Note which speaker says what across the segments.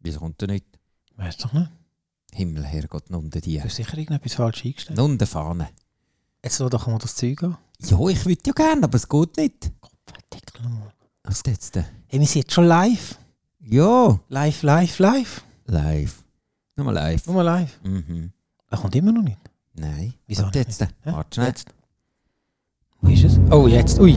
Speaker 1: Wieso kommt er nicht?
Speaker 2: Weiß doch nicht.
Speaker 1: Himmel, Herrgott, nun der
Speaker 2: Du
Speaker 1: Dia.
Speaker 2: hast sicher irgendetwas falsch eingestellt.
Speaker 1: Nun der Fahne.
Speaker 2: Jetzt lass doch mal das Zeug an.
Speaker 1: Ja, ich würde ja gerne, aber es geht nicht.
Speaker 2: Verdeckel mal.
Speaker 1: Was jetzt denn?
Speaker 2: Hey, wir sind jetzt schon live.
Speaker 1: Ja,
Speaker 2: Live, live, live.
Speaker 1: live. Nochmal live.
Speaker 2: Nur mal live.
Speaker 1: Mhm.
Speaker 2: Er kommt immer noch nicht.
Speaker 1: Nein.
Speaker 2: Wieso
Speaker 1: Was jetzt denn?
Speaker 2: Ah, Hä?
Speaker 1: Warte schnell.
Speaker 2: Jetzt. Wo ist es? Oh, jetzt. Ui.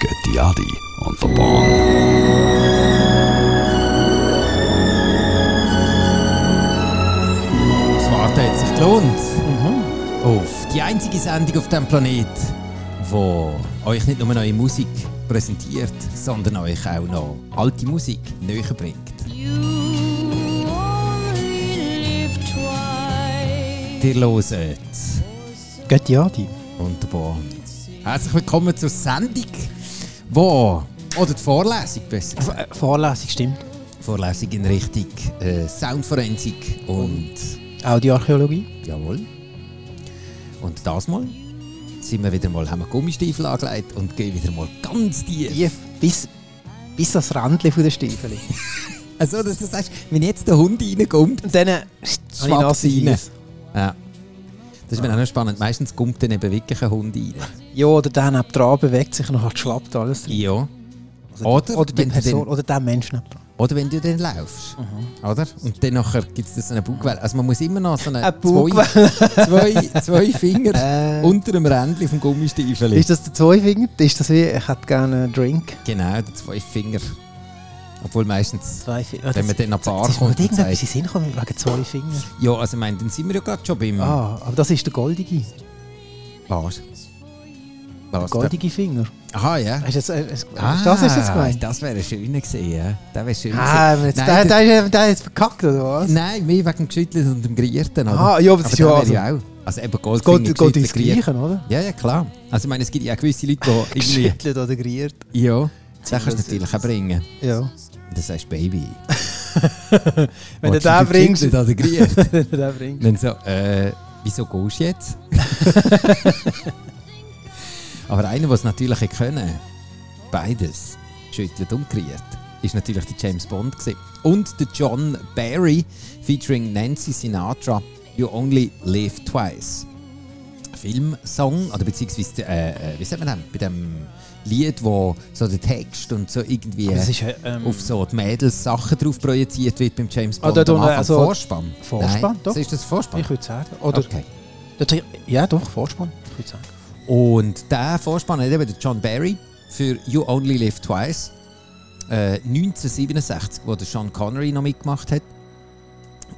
Speaker 3: Götti Adi und der Bahn.
Speaker 1: Das Warten hat sich gelohnt.
Speaker 2: Mhm.
Speaker 1: auf die einzige Sendung auf dem Planet, wo euch nicht nur neue Musik präsentiert, sondern euch auch noch alte Musik näher bringt.
Speaker 4: You only live twice.
Speaker 1: Ihr hört
Speaker 2: Götti Adi.
Speaker 1: wunderbar. Herzlich willkommen zur Sendung, wo oder die Vorlesung besser gesagt.
Speaker 2: V- Vorlesung stimmt.
Speaker 1: Vorlesung in Richtung äh, Soundforensik und
Speaker 2: Audioarchäologie.
Speaker 1: jawohl. Und das mal sind wir wieder mal, haben wir Gummistiefel angelegt und gehen wieder mal ganz tief.
Speaker 2: Tief. Bis, bis ans Randli von der Stiefel.
Speaker 1: Also, dass du sagst, wenn jetzt der Hund reinkommt,
Speaker 2: Und dann äh,
Speaker 1: schwappt
Speaker 2: sie
Speaker 1: sie rein. Ja. Das ist mir auch noch spannend. Meistens kommt dann eben wirklich ein Hund rein.
Speaker 2: Ja, oder der neben dran bewegt sich und dann schwappt alles rein.
Speaker 1: Ja.
Speaker 2: Also,
Speaker 1: Oder
Speaker 2: oder die
Speaker 1: wenn du
Speaker 2: Person,
Speaker 1: den-
Speaker 2: oder der Mensch neben dran.
Speaker 1: Oder wenn du dann läufst. Oder? Und dann nachher gibt es so eine Bugwelle. Also man muss immer noch so eine,
Speaker 2: Eine Bugwelle. Äh.
Speaker 1: zwei, zwei, zwei Finger unter dem Rändchen vom Gummistiefel.
Speaker 2: Ist das der Zweifinger? Ist das wie, ich hätte gerne einen Drink?
Speaker 1: Genau, die zwei Finger. Obwohl meistens...
Speaker 2: Zweifinger.
Speaker 1: Wenn man dann an die Bar
Speaker 2: Ah, Ist mir
Speaker 1: kommt und
Speaker 2: irgendetwas in
Speaker 1: sagt-
Speaker 2: den Sinn gekommen wegen zwei Fingern?
Speaker 1: Ja, also ich meine, dann sind wir ja gerade schon beim...
Speaker 2: Ah, aber das ist der goldige.
Speaker 1: Bas. Bas.
Speaker 2: Goldige Finger.
Speaker 1: Aha, ja.
Speaker 2: Hast du das, hast, du-
Speaker 1: Ah,
Speaker 2: hast du Ah, das, hast du das gemeint?
Speaker 1: Das wäre schön gewesen, ja. Das wäre schön
Speaker 2: Ah, aber jetzt,
Speaker 1: Nein,
Speaker 2: der,
Speaker 1: das-
Speaker 2: der, der, der ist verkackt, oder was?
Speaker 1: Nein, mehr wegen dem Geschütteln und dem Grierten. Oder?
Speaker 2: Ah, ja, aber das ist ja
Speaker 1: wäre
Speaker 2: also-
Speaker 1: ja auch. Also eben
Speaker 2: Es geht,
Speaker 1: Goldfinger,
Speaker 2: geht ins
Speaker 1: geschüttelt, Grier-
Speaker 2: Gleiche, oder?
Speaker 1: Ja, ja, klar. Also ich meine, es gibt ja auch gewisse Leute, die irgendwie...
Speaker 2: Geschüttelt oder griert.
Speaker 1: ja, das kannst du natürlich auch bringen.
Speaker 2: Ja.
Speaker 1: Das heißt Baby.
Speaker 2: Wenn du
Speaker 1: Willst
Speaker 2: den
Speaker 1: dich
Speaker 2: bringst,
Speaker 1: geschüttelt oder Griert?
Speaker 2: wenn du den bringst.
Speaker 1: Dann so, äh, wieso gehst du jetzt? aber einer, der es natürlich hätte können, beides, geschüttelt und Griert, ist natürlich der James Bond gewesen. Und der John Barry featuring Nancy Sinatra, You Only Live Twice. Filmsong, oder beziehungsweise, äh, äh, wie sagt man das, bei dem Lied, wo so der Text und so irgendwie
Speaker 2: Das ist ähm,
Speaker 1: auf so die Mädels Sachen drauf projiziert wird beim James
Speaker 2: Ah,
Speaker 1: Bond.
Speaker 2: dort
Speaker 1: am
Speaker 2: unten,
Speaker 1: Anfang.
Speaker 2: also-
Speaker 1: Vorspann.
Speaker 2: Vorspann,
Speaker 1: Nein,
Speaker 2: doch.
Speaker 1: Ist das Vorspann?
Speaker 2: ich würde sagen. Oder,
Speaker 1: okay.
Speaker 2: Dort- Ja, doch, Vorspann. Ich würde sagen.
Speaker 1: Und der Vorspann hat eben der John Barry für You Only Live Twice äh, 1967, wo der Sean Connery noch mitgemacht hat.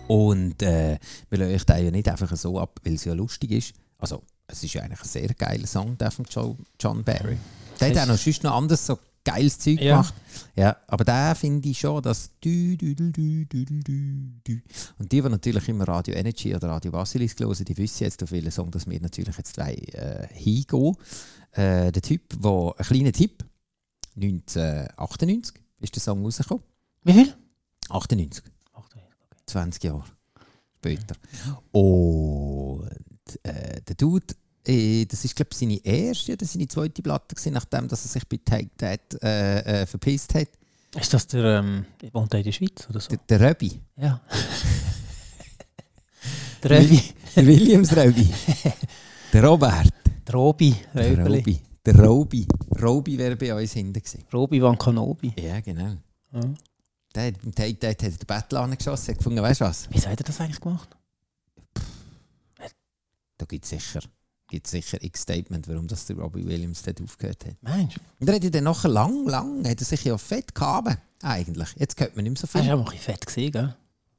Speaker 1: Und äh, wir lassen euch den ja nicht einfach so ab, weil es ja lustig ist. Also, es ist ja eigentlich ein sehr geiler Song, der von Jo- John Barry. Der hat
Speaker 2: Ist-
Speaker 1: auch noch sonst noch anderes so geiles Zeug
Speaker 2: Ja.
Speaker 1: gemacht. Ja, aber da finde ich schon, dass dü, dü, dü, dü, dü, dü, dü, dü. und die, die natürlich immer Radio Energy oder Radio Basilis hören, die wissen jetzt auf welchen Song, dass wir natürlich jetzt zwei äh, hingehen. Äh, der Typ, wo, ein kleiner Tipp, 1998 ist der Song rausgekommen.
Speaker 2: Wie viel?
Speaker 1: 98, 20 Jahre später. Und äh, der Dude, äh, das ist glaube ich seine erste oder seine zweite Platte gewesen, nachdem dass er sich bei Take That äh, äh, verpisst hat.
Speaker 2: Ist das der, ähm, wohnt der in der Schweiz oder so?
Speaker 1: Der, der Röbi.
Speaker 2: ja. der Röbi.
Speaker 1: Der Williams Röbi. Der Robert.
Speaker 2: Der Robi.
Speaker 1: Der
Speaker 2: Röbeli.
Speaker 1: Robi. Der Robi. Robi wäre bei uns hinten gewesen.
Speaker 2: Robi van Kanobi.
Speaker 1: Ja, genau.
Speaker 2: Ja.
Speaker 1: Der hat im Take Date hat er den Battle angeschossen hat gefunden, weißt du was?
Speaker 2: Wieso hat er das eigentlich gemacht?
Speaker 1: Da gibt es sicher, gibt's sicher x Statement, warum das der Robbie Williams dort aufgehört hat.
Speaker 2: Mensch,
Speaker 1: Und er hat ja dann nachher lang, lang, hat er sich ja fett gehabt, eigentlich. Jetzt hört man nicht mehr so
Speaker 2: das
Speaker 1: viel.
Speaker 2: war auch ein bisschen fett, gewesen, gell?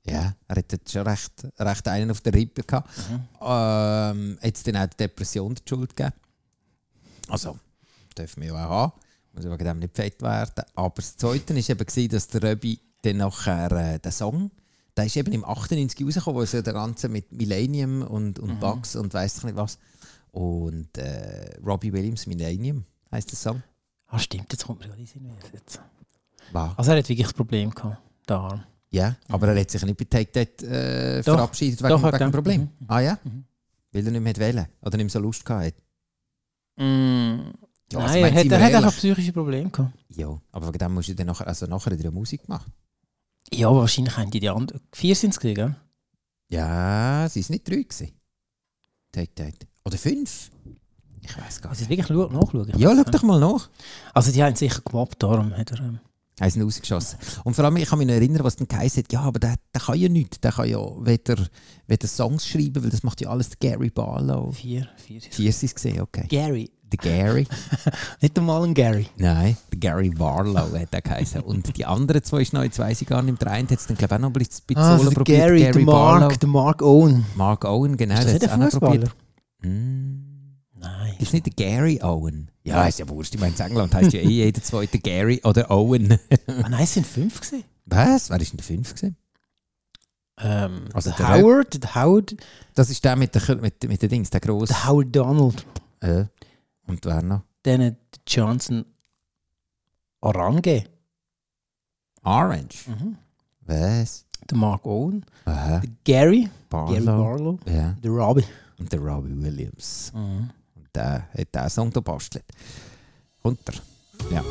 Speaker 1: Ja, er hat jetzt schon recht, recht einen auf der Rippe gehabt.
Speaker 2: Mhm.
Speaker 1: Ähm, hat es dann auch der Depression die Schuld gegeben. Also, dürfen wir ja auch haben. Muss ja wegen dem nicht fett werden. Aber das Zweite war eben, gewesen, dass der Röbi dann nachher äh, den Song, der ist eben im 98 rausgekommen, wo es ja der ganze mit Millennium und,
Speaker 2: Mhm.
Speaker 1: und Bugs und weiss ich nicht was. Und äh, Robbie Williams, Millennium, heisst der Song.
Speaker 2: Ah, stimmt, jetzt kommt mir gerade in den Sinn, wie das jetzt.
Speaker 1: Wow.
Speaker 2: Also, er hat wirklich ein Problem gehabt, der Arm.
Speaker 1: Ja, aber er hat sich nicht bei Take That äh,
Speaker 2: Doch,
Speaker 1: verabschiedet wegen,
Speaker 2: doch, hat
Speaker 1: wegen dem
Speaker 2: er.
Speaker 1: Problem.
Speaker 2: Mhm.
Speaker 1: Ah ja?
Speaker 2: Mhm.
Speaker 1: Weil er nicht mehr wollte oder nicht mehr so Lust hatte.
Speaker 2: Mm,
Speaker 1: Ja, also, ich
Speaker 2: Nein, er
Speaker 1: meine,
Speaker 2: hat,
Speaker 1: sind wir
Speaker 2: er hat einfach
Speaker 1: ehrlich.
Speaker 2: psychische Probleme gehabt.
Speaker 1: Ja, aber wegen dem musst du dann nachher, also nachher wieder Musik machen.
Speaker 2: Ja, aber wahrscheinlich haben die die anderen. Vier sind es gell?
Speaker 1: Ja, es waren nicht drei. Gewesen. Tate, tate. Oder fünf? Ich weiß gar
Speaker 2: Also
Speaker 1: nicht.
Speaker 2: wirklich schau- nachschauen.
Speaker 1: Ja, schau doch mal nach.
Speaker 2: Also die haben sicher gemobbt, darum hat er. ähm,
Speaker 1: Haben sie ihn rausgeschossen. Und vor allem, ich kann mich noch erinnern, was dann geheißen hat, ja, aber der, der kann ja nichts. Der kann ja weder, weder Songs schreiben, weil das macht ja alles der Gary Barlow.
Speaker 2: Vier, vier. sind es.
Speaker 1: Vier sind es gesehen, okay.
Speaker 2: Gary.
Speaker 1: Der Gary?
Speaker 2: Nicht einmal ein Gary.
Speaker 1: Nein, der Gary Barlow hat er geheißen. Und die anderen zwei ist noch, jetzt weiss ich gar nicht, der eine hat es dann glaube ich auch noch ein bisschen Solo
Speaker 2: Also der
Speaker 1: probiert.
Speaker 2: Gary, der
Speaker 1: Barlow.
Speaker 2: Mark, der Mark Owen.
Speaker 1: Mark Owen, genau.
Speaker 2: Ist das
Speaker 1: der
Speaker 2: nicht
Speaker 1: hat's
Speaker 2: ein
Speaker 1: auch noch probiert.
Speaker 2: Fußballer?
Speaker 1: Hm.
Speaker 2: Nein.
Speaker 1: Ist nicht der Gary Owen? Ja, ist ja wurscht. Ich meine, in England heißt ja eh jeder zweite Gary oder Owen.
Speaker 2: Ah, nein, es sind fünf gewesen.
Speaker 1: Was? Wer ist denn der fünf gewesen?
Speaker 2: Ähm,
Speaker 1: Also
Speaker 2: also
Speaker 1: der-
Speaker 2: der Howard, der Howard,
Speaker 1: Das ist der mit der, Kür- mit, mit der Dings, der grosse.
Speaker 2: der Howard Donald,
Speaker 1: Äh, und wer noch?
Speaker 2: dann der Johnson Orange,
Speaker 1: Orange. Was?
Speaker 2: der Mark Owen,
Speaker 1: Aha.
Speaker 2: der Gary, Gary
Speaker 1: Barlow.
Speaker 2: Barlow,
Speaker 1: Ja.
Speaker 2: der Robbie.
Speaker 1: Und der Robbie Williams. Und der hat diesen Song da bastelt. Runter. Ja.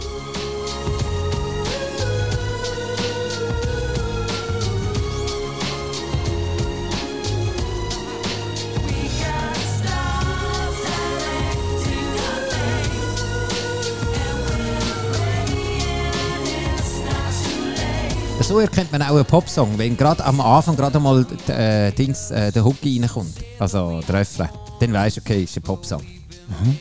Speaker 1: So erkennt man auch einen Popsong, wenn gerade am Anfang gerade mal die, äh, Dings, äh, der Hook reinkommt, also der Refrain, dann weisst du, okay, ist ein Popsong.
Speaker 2: Mhm.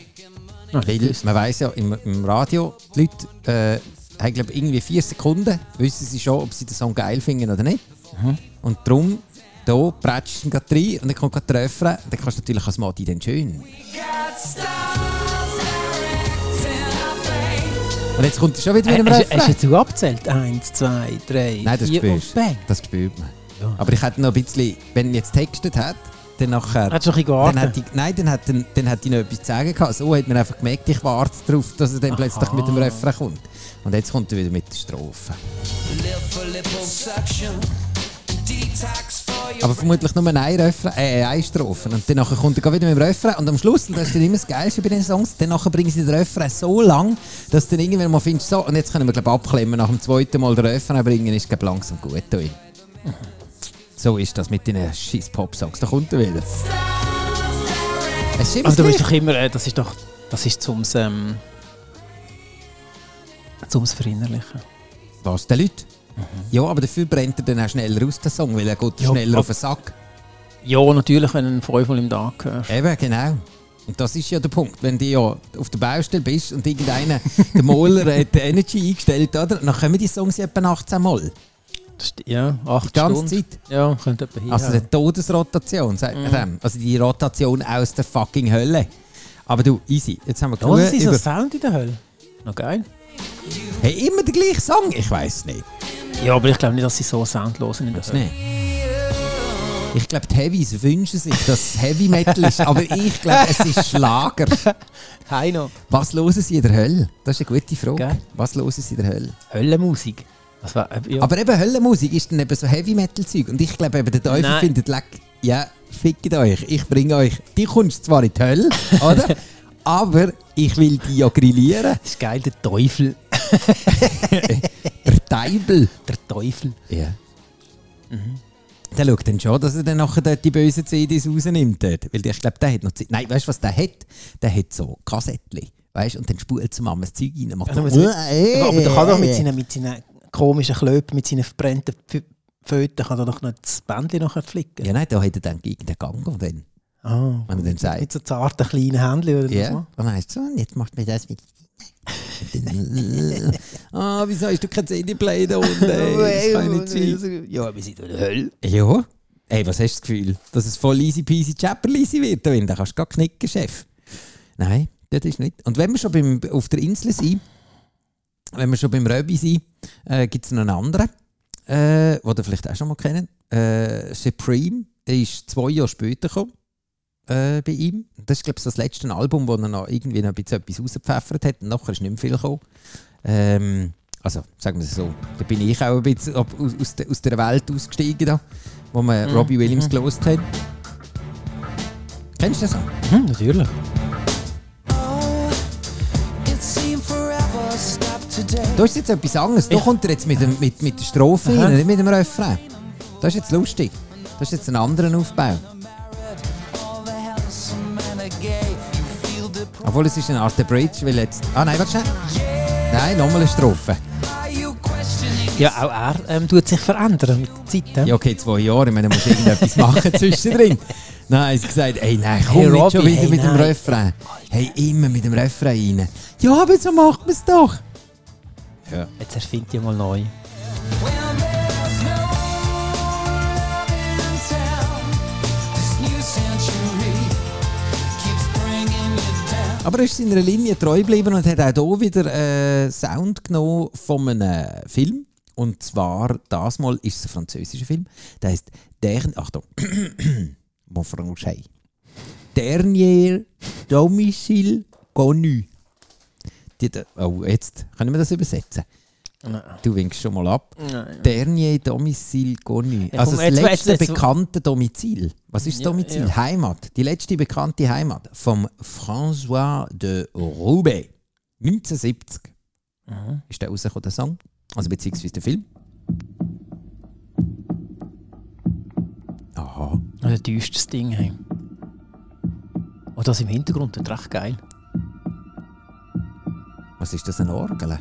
Speaker 1: Weil man weiss ja, im, im Radio, die Leute äh, haben glaub, irgendwie vier Sekunden, wissen sie schon, ob sie den Song geil finden oder nicht.
Speaker 2: Mhm.
Speaker 1: Und darum, da prätschst du ihn gerade rein und dann kommt gerade der Refrain. Dann kannst du natürlich als Mati dann schön. Und jetzt kommt er schon wieder mit dem
Speaker 2: Äh, Hast, hast du
Speaker 1: Refrain.
Speaker 2: jetzt auch abgezählt? Eins, zwei, drei,
Speaker 1: Nein, das
Speaker 2: vier und
Speaker 1: spürst du.
Speaker 2: bang.
Speaker 1: Das spürt man.
Speaker 2: Ja.
Speaker 1: Aber ich hätte noch ein bisschen, wenn jetzt textet hat, dann nachher...
Speaker 2: Hat schon ein bisschen
Speaker 1: Dann
Speaker 2: gewartet.
Speaker 1: hat die, nein, dann hat, dann, dann hat die noch etwas zu sagen gehabt. So hat man einfach gemerkt, ich warte darauf, dass er dann plötzlich mit dem Refrain kommt. Und jetzt kommt er wieder mit der Strophe. Aber vermutlich nur ein Refrain, äh, eine Strophe. Und dann nachher kommt er gerade wieder mit dem Refrain. Und am Schluss, und das ist dann immer das Geilste bei den Songs, dann nachher bringen sie den Refrain so lang, dass du dann irgendwann mal findest, so, und jetzt können wir glaub, abklemmen, nach dem zweiten Mal den Refrain bringen, ist glaub, langsam gut. Ui. So ist das mit den scheiß Popsongs. Da kommt er wieder. Es ist immer
Speaker 2: Also du
Speaker 1: das
Speaker 2: bist doch immer, äh, das ist doch, das ist zum ähm, zum's Verinnerlichen.
Speaker 1: Was, den Leuten? Ja, aber dafür brennt er dann auch schneller aus, der Song, weil er geht
Speaker 2: Mhm. Ja,
Speaker 1: schneller
Speaker 2: ab-
Speaker 1: auf den Sack.
Speaker 2: Ja, natürlich, wenn du einen fünfmal im Tag hörst.
Speaker 1: Eben, genau. Und das ist ja der Punkt, wenn du ja auf der Baustelle bist und irgendeiner, der Moller, hat die Energy eingestellt, oder? Dann kommen die Songs etwa 18 Mal.
Speaker 2: Das ist- Ja, acht
Speaker 1: Die ganze
Speaker 2: Stunden.
Speaker 1: Zeit.
Speaker 2: Ja, Mhm. könnte jemand hier.
Speaker 1: Also eine Todesrotation, sagt man dem. Also die Rotation aus der fucking Hölle. Aber du, easy, jetzt haben wir
Speaker 2: ja, das
Speaker 1: genug
Speaker 2: ist so
Speaker 1: über-
Speaker 2: Sound in der Hölle. Noch geil.
Speaker 1: Hey, immer der gleiche Song? Ich weiß nicht.
Speaker 2: Ja, aber ich glaube nicht, dass sie so Sound hören in der Hölle.
Speaker 1: Nee. Ich glaube, die Heavys wünschen sich, dass es Heavy Metal ist, aber ich glaube, es ist Schlager.
Speaker 2: Heino.
Speaker 1: Was hören sie in der Hölle? Das ist eine gute Frage.
Speaker 2: Gell?
Speaker 1: Was hören sie in der Hölle?
Speaker 2: Höllenmusik. Das war, äh, ja.
Speaker 1: Aber eben Höllenmusik ist dann eben so Heavy Metal Zeug und ich glaube eben der Teufel
Speaker 2: Nein.
Speaker 1: findet leck, ja, fickt euch, ich bringe euch. Die kommst zwar in die Hölle, oder? aber ich will die ja grillieren.
Speaker 2: das ist geil, der Teufel.
Speaker 1: Der Teufel.
Speaker 2: Der Teufel.
Speaker 1: Ja. Mhm. Der schaut dann schon, dass er dann nachher dort die bösen CDs rausnimmt. Dort. Weil ich glaube, der hat noch Zeit. Nein, weißt du, was der hat? Der hat so Kassettchen. Weißt du, und dann spult zum Mama das Zeug rein. Macht
Speaker 2: Ja, aber
Speaker 1: so,
Speaker 2: das-
Speaker 1: äh,
Speaker 2: aber der kann doch
Speaker 1: äh.
Speaker 2: mit seinen, mit seinen komischen Klöpen, mit seinen verbrennten Pf- Pföten, kann er doch noch das Bändchen nachher flicken.
Speaker 1: Ja, nein, da hat er dann gegen den Gang. Und dann,
Speaker 2: Ah.
Speaker 1: wenn er dann sagt,
Speaker 2: Mit so zarten kleinen Händchen oder
Speaker 1: ja.
Speaker 2: so.
Speaker 1: Und dann heißt so, und jetzt macht mir das mit. Und dann, äh, Ah, wieso hast du kein CD-Play da unten? ey? Das kann ja nicht sein.
Speaker 2: Ja, wir sind in der Hölle.
Speaker 1: Ja. Ey, was hast du das Gefühl? Dass es voll easy peasy Chapperlisi wird, da drin? Da kannst du gar knicken, Chef. Nein, das ist nicht. Und wenn wir schon beim, auf der Insel sind, wenn wir schon beim Röbi sind, äh, gibt es noch einen anderen, äh, den ihr vielleicht auch schon mal kennen. Äh, Supreme, der ist zwei Jahre später gekommen äh, bei ihm. Das ist, glaube ich, so das letzte Album, wo er noch irgendwie noch ein bisschen etwas rausgepfeffert hat. Und nachher ist nicht mehr viel gekommen. Ähm, also, sagen wir es so, da bin ich auch ein bisschen ab, aus, aus, der, aus der Welt ausgestiegen, da, wo
Speaker 2: Mhm.
Speaker 1: man Robbie Williams gelost hat. Kennst du das auch?
Speaker 2: Hm, natürlich.
Speaker 4: Oh, is
Speaker 1: Da ist jetzt etwas anderes. Da
Speaker 2: Ich-
Speaker 1: kommt er jetzt mit, dem, mit, mit der Strophe
Speaker 2: Aha.
Speaker 1: rein, nicht mit dem Refrain. Das ist jetzt lustig. Das ist jetzt ein anderer Aufbau. Obwohl es ist eine Art Bridge, weil jetzt... Ah nein, warte schnell. Nein, nochmal eine Strophe.
Speaker 2: Ja, auch er ähm, tut sich verändern mit der Zeit.
Speaker 1: Ja, okay, zwei Jahre, ich meine, muss irgendetwas machen zwischendrin. Nein, sie hat gesagt, ey, nein, komm
Speaker 2: Hey,
Speaker 1: nicht
Speaker 2: Robby,
Speaker 1: schon wieder
Speaker 2: hey,
Speaker 1: mit
Speaker 2: nein.
Speaker 1: dem Refrain. Hey, immer mit dem Refrain rein. Ja, aber so macht man es doch. Ja.
Speaker 2: Jetzt erfindet ihr mal neu.
Speaker 1: Aber er ist seiner Linie treu geblieben und hat auch hier wieder äh, Sound genommen von einem Film. Und zwar, das Mal ist es ein französischer Film. Der heißt Dern Achtung, mon français. Dernier Domicile Connu. Die, da- oh, jetzt können wir das übersetzen.
Speaker 2: Nein.
Speaker 1: Du winkst schon mal ab. Dernier Domicile Connu.
Speaker 2: Ja,
Speaker 1: also das
Speaker 2: komm, jetzt-
Speaker 1: letzte
Speaker 2: jetzt- jetzt-
Speaker 1: bekannte Domizil. Was ist
Speaker 2: Ja,
Speaker 1: Domizil?
Speaker 2: ja.
Speaker 1: Heimat. Die letzte bekannte Heimat vom François de Roubaix. 1970
Speaker 2: Mhm.
Speaker 1: ist der rausgekommen, der Song. Also beziehungsweise der Film. Aha.
Speaker 2: Also düstes Ding. Hey. Oh, das im Hintergrund, das ist recht geil.
Speaker 1: Was ist das, eine Orgel?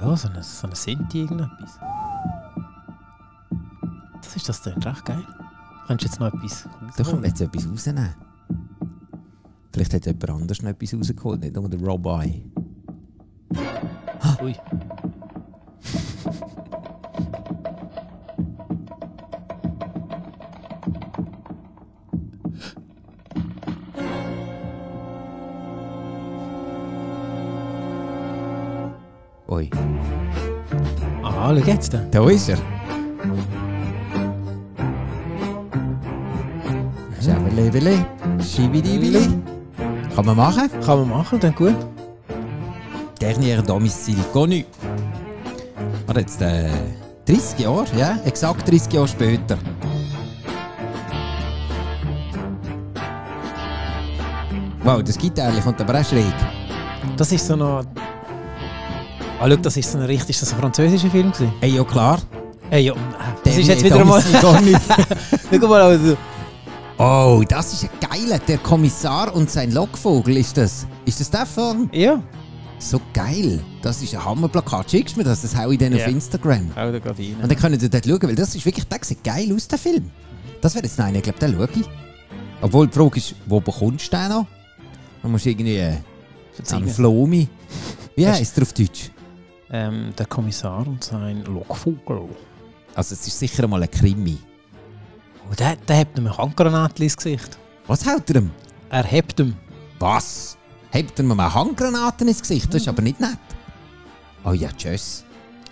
Speaker 2: Ja, so eine, so eine Sinti irgendetwas. Das ist das denn recht geil. Könntest du jetzt noch etwas
Speaker 1: Da kommt
Speaker 2: rausholen?
Speaker 1: jetzt etwas rausnehmen. Vielleicht hat jemand anders noch etwas rausgeholt, nicht nur der Robby.
Speaker 2: Ui.
Speaker 1: Ui.
Speaker 2: Aha, schau jetzt da.
Speaker 1: Da ist er. Schäbelebele, Schibidibili. Kann man machen.
Speaker 2: Kann man machen, dann gut.
Speaker 1: Dernier domicile connu. Ah, jetzt äh, 30 Jahre, ja? Exakt 30 Jahre später. Wow, das Gitarre kommt aber auch schräg.
Speaker 2: Das ist so eine... Ah, schau, das ist so ein richtig... Ist das ein französischer Film gewesen?
Speaker 1: Ey, ja klar.
Speaker 2: Hey, ja. äh, Das ist
Speaker 1: Dernier
Speaker 2: jetzt wieder mal...
Speaker 1: domicile connu.
Speaker 2: Schau mal, also...
Speaker 1: Oh, das ist ein geiler. Der Kommissar und sein Lockvogel, ist das? Ist das der Film?
Speaker 2: Ja.
Speaker 1: So geil. Das ist ein Hammerplakat. Schickst du mir das? Das hau ich denen
Speaker 2: Ja.
Speaker 1: auf Instagram.
Speaker 2: Hau da gerade rein.
Speaker 1: Und dann könnt ihr dort schauen, weil das ist wirklich, der sieht geil aus, der Film. Das wäre jetzt noch einer, ich glaube, den schaue ich. Obwohl die Frage ist, wo bekommst du den noch? Man muss irgendwie äh, am
Speaker 2: Verzeihung.
Speaker 1: Flomi. Wie heisst er auf Deutsch?
Speaker 2: Ähm, der Kommissar und sein Lockvogel.
Speaker 1: Also es ist sicher mal ein Krimi.
Speaker 2: Oh, der, der hebt ihm eine Handgranate ins Gesicht.
Speaker 1: Was haut er ihm?
Speaker 2: Er hebt ihm.
Speaker 1: Was? Hebt er ihm eine Handgranaten ins Gesicht? Das ist aber nicht nett. Oh ja, tschüss.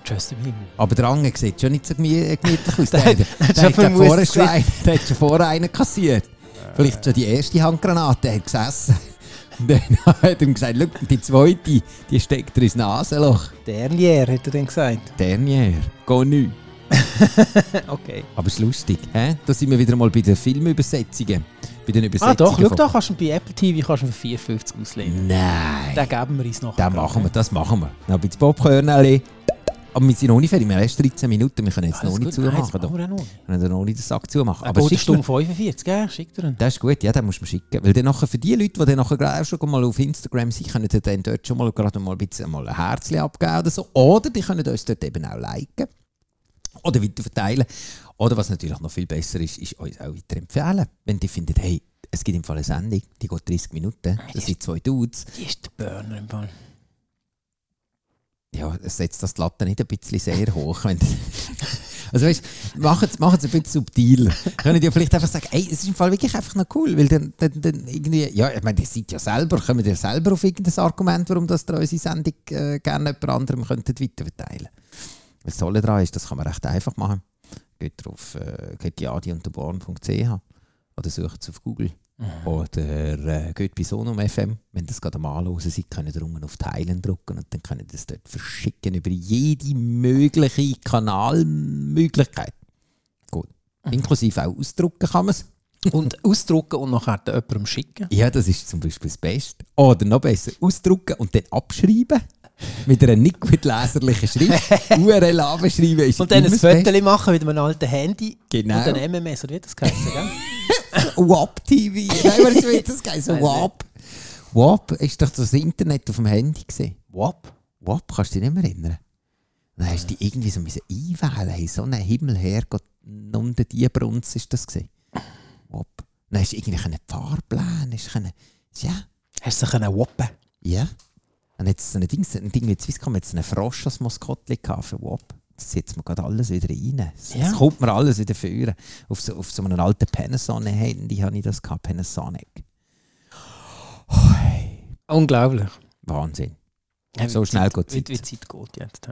Speaker 2: Tschüss im Himmel.
Speaker 1: Aber der Ange sieht schon nicht so gemü- gemütlich aus. Der,
Speaker 2: Der-
Speaker 1: hat- der,
Speaker 2: der hat
Speaker 1: hat
Speaker 2: schon
Speaker 1: schon vorher
Speaker 2: vermusst
Speaker 1: schon einen- der hat schon vorher einen kassiert. Vielleicht schon die erste Handgranate hat gesessen. Und dann hat er ihm gesagt, «Schau, die zweite, die steckt er ins Nasenloch.
Speaker 2: Dernier, hat er dann gesagt.
Speaker 1: Dernier, connu.
Speaker 2: Okay.
Speaker 1: Aber es ist lustig. Hä? Da sind wir wieder mal bei den Filmübersetzungen. Bei den
Speaker 2: Ah
Speaker 1: Übersetzungen
Speaker 2: doch, schau
Speaker 1: von-
Speaker 2: da, kannst du ihn bei Apple TV kannst du ihn für 54 auslehnen.
Speaker 1: Nein,
Speaker 2: Den geben wir uns nachher.
Speaker 1: das machen wir, das machen wir. Noch ein bisschen Popcorn, alle. Aber wir sind noch nicht fertig, wir haben erst 13 Minuten, wir können jetzt noch nicht zumachen. da.
Speaker 2: Aber auch noch.
Speaker 1: Wir können noch nicht den Sack zumachen.
Speaker 2: Aber
Speaker 1: schick mir-
Speaker 2: Äh, Stunde 45, gell? Schickt er ihn.
Speaker 1: Das ist gut, ja, den musst du mir schicken. Weil dann nachher für die Leute, die dann nachher gerade auch schon mal auf Instagram sind, können die dann dort schon mal gerade mal ein bisschen mal ein Herzchen abgeben oder so. Oder die können uns dort eben auch liken. Oder weiterverteilen. Oder was natürlich noch viel besser ist, ist uns auch weiterempfehlen. Wenn die finden, hey, es gibt im Fall eine Sendung, die geht 30 Minuten, das sind zwei Dudes.
Speaker 2: Die ist der Burner im Fall.
Speaker 1: Ja, es setzt das die Latte nicht ein bisschen sehr hoch. Wenn also weißt du, machen es ein bisschen subtiler. Können die vielleicht einfach sagen, ey, es ist im Fall wirklich einfach noch cool, weil dann, dann, dann irgendwie, ja, ich meine, ihr seid ja selber, kommen ihr selber auf irgendein Argument, warum das ihr unsere Sendung äh, gerne jemand anderem könntet weiterverteilen. Was toll daran ist, das kann man recht einfach machen. Geht drauf, äh, geht jadi und der Born.ch oder sucht es auf Google. Oder äh, geht bei Sonum FM, wenn das gerade am Anlosen seid, könnt ihr unten auf Teilen drücken und dann könnt ihr das dort verschicken über jede mögliche Kanalmöglichkeit. Gut.
Speaker 2: Mhm.
Speaker 1: Inklusive auch ausdrucken kann man es.
Speaker 2: Und ausdrucken und nachher den jemandem schicken.
Speaker 1: Ja, das ist zum Beispiel das Beste. Oder noch besser, ausdrucken und dann abschreiben. mit einer nicht gut leserlichen Schrift URL anbeschreiben. Ist
Speaker 2: Und dann ein
Speaker 1: immer das Beste.
Speaker 2: Foto machen mit einem alten Handy
Speaker 1: Genau.
Speaker 2: und einem MMS, oder wie hat das geheißen, gell?
Speaker 1: WAP-TV. Nein, was wird das geheißen? WAP. WAP ist doch das Internet auf dem Handy gesehen.
Speaker 2: WAP.
Speaker 1: WAP, kannst du dich nicht mehr erinnern? Dann hast du dich irgendwie so müssen einwählen hey, so einen Himmel her, Gott, um den Diebruns ist das gesehen. WAP. Dann hast du irgendwie können Fahrpläne, hast du können, ja,
Speaker 2: Hast du sie können wappen?
Speaker 1: ja. Und jetzt so ein Ding, ein Ding mit Swisscom, jetzt einen Frosch als Maskottli gehabt für WAP. Jetzt setzt man gerade alles wieder rein. Es
Speaker 2: Ja.
Speaker 1: es kommt mir alles wieder führen. Auf so, auf so einem alten Panasonic-Handy habe ich das gehabt, Panasonic.
Speaker 2: Unglaublich.
Speaker 1: Wahnsinn.
Speaker 2: Ja,
Speaker 1: so
Speaker 2: wie
Speaker 1: schnell geht
Speaker 2: Wie, wie
Speaker 1: die
Speaker 2: die
Speaker 1: Zeit.
Speaker 2: Zeit geht jetzt.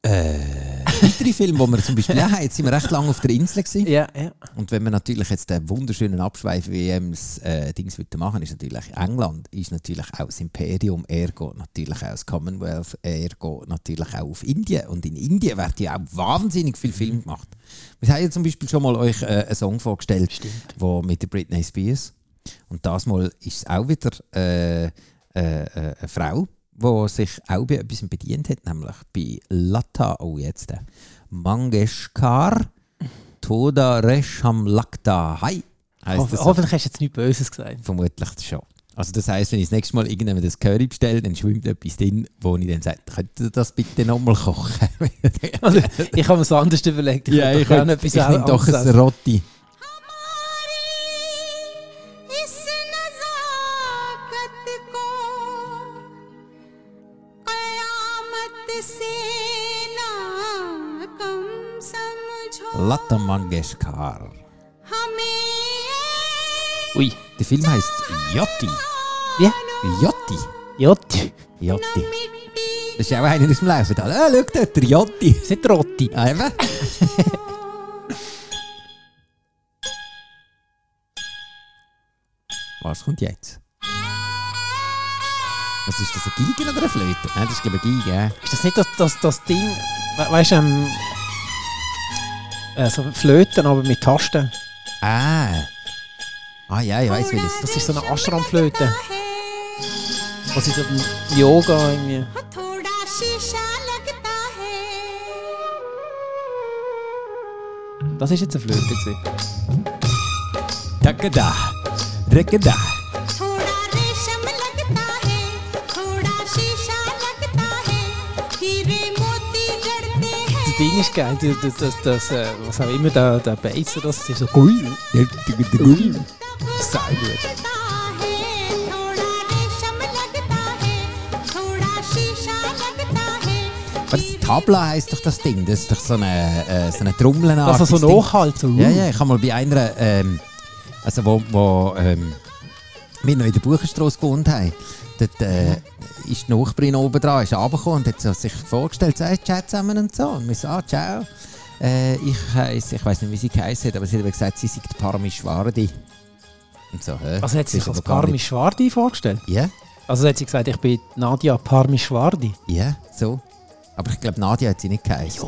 Speaker 1: Äh, weitere Filme, die wir zum Beispiel auch haben, jetzt sind wir recht lange auf der Insel gewesen.
Speaker 2: Ja, ja.
Speaker 1: Und wenn wir natürlich jetzt den wunderschönen Abschweif WMs äh, Dings würden machen, ist natürlich England ist natürlich auch das Imperium, ergo natürlich auch das Commonwealth, ergo natürlich auch auf Indien. Und in Indien wird ja auch wahnsinnig viel Film gemacht. Wir haben ja zum Beispiel schon mal euch äh, einen Song vorgestellt, wo mit der Britney Spears. Und das mal ist es auch wieder äh, äh, äh, eine Frau, die sich auch bei etwas bedient hat, nämlich bei Lata, oh jetzt, äh, Mangeshkar. Toda Resham Lakta Hai. Heißt
Speaker 2: Ho
Speaker 1: das so?
Speaker 2: hoffentlich hast du jetzt nichts Böses gesagt.
Speaker 1: Vermutlich schon. Also das heisst, wenn ich das nächste Mal irgendjemand das Curry bestelle, dann schwimmt etwas drin, wo ich dann sage, könnt ihr das bitte nochmal kochen?
Speaker 2: Also, ich habe mir es anders überlegt. würde doch gerne
Speaker 1: könnte- ich nehme doch
Speaker 2: anderes
Speaker 1: ein Rotti.
Speaker 4: हमारी इस नजाकत को कयामत से ना कम समझो
Speaker 1: Lata Mangeshkar.
Speaker 4: हमें
Speaker 2: Ui.
Speaker 1: Der Film heisst Jotti.
Speaker 2: Ja.
Speaker 1: Jotti.
Speaker 2: Jott.
Speaker 1: Jotti.
Speaker 4: मिट्टी
Speaker 1: Das ist auch einer aus dem Laufen. da. Ah, schau dort, der Jotti.
Speaker 2: Ist nicht Rotti.
Speaker 1: Ah, eben. Was kommt jetzt? Was ist das, eine Geige oder eine Flöte? Nein, das ist glaube ich eine Geige, ja.
Speaker 2: Ist das nicht das, das, das Ding, we weißt du, ähm, äh, so Flöten, aber mit Tasten?
Speaker 1: Ah. Ah ja, ich weiß welches.
Speaker 2: Das ist so eine Ashram-Flöte,
Speaker 4: है
Speaker 2: wo sie so im Yoga irgendwie.
Speaker 4: थोड़ा शीशा लगता है
Speaker 2: Das ist jetzt eine Flöte gewesen.
Speaker 1: Takada. Rekada.
Speaker 4: थोड़ा रेशम लगता है थोड़ा शीशा लगता है हीरे मोती जड़ते हैं
Speaker 2: Das Ding ist geil, das, das, das, das äh, was auch immer der, der Bass oder das ist so cool. Sau gut.
Speaker 4: लगता है थोड़ा रेशम लगता है थोड़ा शीशा लगता है
Speaker 1: Was das Tabla heisst doch das Ding? Das ist doch so eine, äh, so eine Trommelnart.
Speaker 2: Also so nachhalt, so. uh.
Speaker 1: Ja, ja, ich habe mal bei einer, ähm, also wo, wo ähm, wir noch in der Buchenstrasse gewohnt haben, dort äh, ist die Nachbarin oben dran, ist runtergekommen und hat so sich vorgestellt, sagt «Ciao zusammen» und so. Und wir sagen «Ah, ciao». Äh, ich heiße, ich weiß nicht, wie sie geheißen hat, aber sie hat eben gesagt, sie sei die Parmischwardi. Und so, hä?
Speaker 2: Also hat sie
Speaker 1: Das
Speaker 2: sich
Speaker 1: ist
Speaker 2: als
Speaker 1: aber gar nicht-
Speaker 2: Parmischwardi vorgestellt?
Speaker 1: Ja,
Speaker 2: Also hat sie gesagt, ich bin Nadia Parmischwardi.
Speaker 1: ja, so. Aber ich glaube, Nadia hat sie nicht geheißen.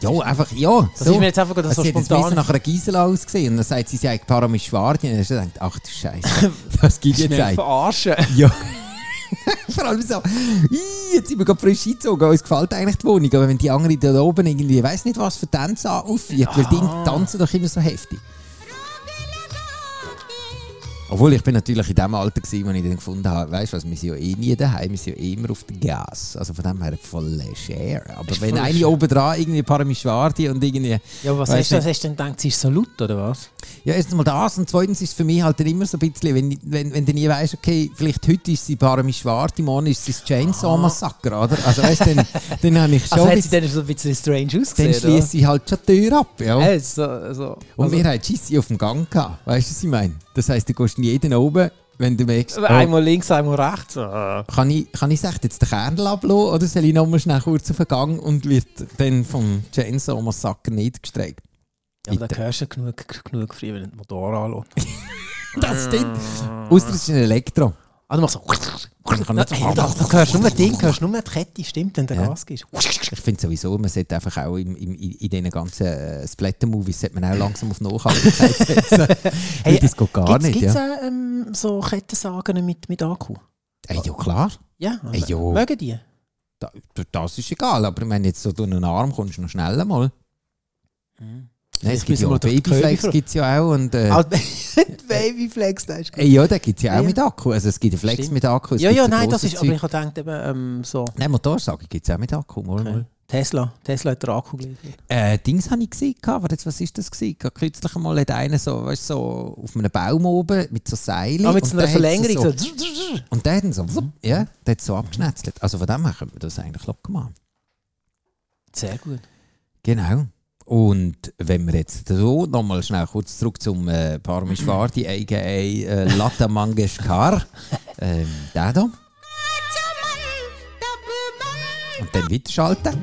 Speaker 1: Ja, einfach, ja.
Speaker 2: Das ist mir jetzt einfach gerade so
Speaker 1: sie hat jetzt ein
Speaker 2: spontan-
Speaker 1: bisschen nach einer Gisela ausgesehen und dann sagt sie, sie sei Paramischwardi. Und dann hast du gedacht, ach du Scheiße, das gibt
Speaker 2: Ist
Speaker 1: jetzt
Speaker 2: mir
Speaker 1: ein.
Speaker 2: verarschen.
Speaker 1: Ja. Vor allem so, «Ih, jetzt sind wir gerade frisch eingezogen, uns gefällt eigentlich die Wohnung, aber wenn die anderen da oben irgendwie, ich weiss nicht was, für Tänze aufführt, weil die tanzen doch immer so heftig. Obwohl, ich bin natürlich in dem Alter gewesen, wo ich dann gefunden habe, weißt du was, wir sind ja eh nie daheim, wir sind ja immer auf dem Gas. Also von dem her voll share. Aber
Speaker 2: Ist
Speaker 1: wenn
Speaker 2: voll
Speaker 1: eine
Speaker 2: leger.
Speaker 1: oben dran irgendwie Paramischwardi und irgendwie...
Speaker 2: Ja, aber was
Speaker 1: weiss
Speaker 2: hast du, was hast du denn gedacht, sie ist so laut, oder was?
Speaker 1: Ja, erstens mal das und zweitens ist es für mich halt dann immer so ein bisschen, wenn, wenn, wenn du nie weißt, okay, vielleicht heute ist sie Parmi Schwarte, morgen ist sie das Chainsaw Massacre, oder? Also weißt du, dann, dann habe ich schon.
Speaker 2: Ah. Also
Speaker 1: ein
Speaker 2: hat sie
Speaker 1: bisschen-
Speaker 2: dann so ein bisschen strange
Speaker 1: dann
Speaker 2: ausgesehen, oder?
Speaker 1: schließe ich halt schon die Tür ab, ja.
Speaker 2: Äh, so, so.
Speaker 1: und
Speaker 2: also,
Speaker 1: wir haben Gissi auf dem Gang gehabt, weißt du, was ich meine? Das heisst, du gehst jeden oben, wenn du merkst, oh,
Speaker 2: äh, Einmal links, einmal rechts. Ah.
Speaker 1: kann ich, kann ich echt jetzt den Kernel ablassen oder soll ich nochmal schnell kurz auf den Gang und wird dann vom Chainsaw Massacre nicht gestreckt?
Speaker 2: Ja, aber da hörst du genug, genug früher, wenn du den Motor anlässt.
Speaker 1: Das stimmt. Ausser es ist ein Elektro.
Speaker 2: Ah, du machst so...
Speaker 1: Ich kann nicht so-
Speaker 2: Hey, doch, du hörst nur ein Ding, hörst nur die Kette, stimmt, wenn der
Speaker 1: Ja.
Speaker 2: Gas gibst.
Speaker 1: Ich finde sowieso, man sollte einfach auch im, im, in in diesen ganzen äh, Splatter-Movies sollte man auch langsam auf Nachhaltigkeit setzen. hey, das geht gar
Speaker 2: äh, Gibt's,
Speaker 1: nicht.
Speaker 2: gibt's
Speaker 1: Ja.
Speaker 2: auch, ähm, so Kettensagen mit, mit Akku?
Speaker 1: Äh, ja, klar.
Speaker 2: Ja, also,
Speaker 1: Ey, jo.
Speaker 2: mögen die?
Speaker 1: Da,
Speaker 2: äh,
Speaker 1: das ist egal, aber wenn jetzt so durch einen Arm kommst, noch schnell mal.
Speaker 2: Hm.
Speaker 1: Nein, es gibt
Speaker 2: Vielleicht
Speaker 1: ja
Speaker 2: müssen wir
Speaker 1: auch
Speaker 2: doch die
Speaker 1: Babyflex,
Speaker 2: Köbi
Speaker 1: gibt es ja auch. Und, äh,
Speaker 2: Ah, die Babyflex, das ist gut.
Speaker 1: Ey, Äh, ja, den gibt es ja auch
Speaker 2: Ja.
Speaker 1: mit Akku. Also es gibt einen Flex
Speaker 2: Stimmt.
Speaker 1: mit Akku. es
Speaker 2: Ja,
Speaker 1: gibt
Speaker 2: ja,
Speaker 1: ein
Speaker 2: nein, das
Speaker 1: grosses
Speaker 2: ist, aber
Speaker 1: Zeug.
Speaker 2: ich habe gedacht, eben, ähm, so.
Speaker 1: Nein, Motorsäge gibt es auch mit Akku. Mal, mal.
Speaker 2: Tesla, Tesla hat den Akku geliefert.
Speaker 1: Äh, Dings habe ich gesehen, gehabt. warte, jetzt, was ist das gewesen? Gerade Kürzlich einmal hat einer so, weißt, du, so auf einem Baum oben mit so Seilen.
Speaker 2: Ah, mit so
Speaker 1: und
Speaker 2: einer
Speaker 1: der hat
Speaker 2: Verlängerung.
Speaker 1: So,
Speaker 2: So. Mhm.
Speaker 1: und der hat ihn so, ja, der hat so abgeschnetzelt. Also von dem her können wir das eigentlich locker machen.
Speaker 2: Sehr gut.
Speaker 1: Genau. Und wenn wir jetzt so nochmal schnell kurz zurück zum äh, Parmischwardi, a.k.a. Äh, Latte Mangeshkar, ähm, der da,
Speaker 4: चमन तब बन
Speaker 1: und dann weiterschalten.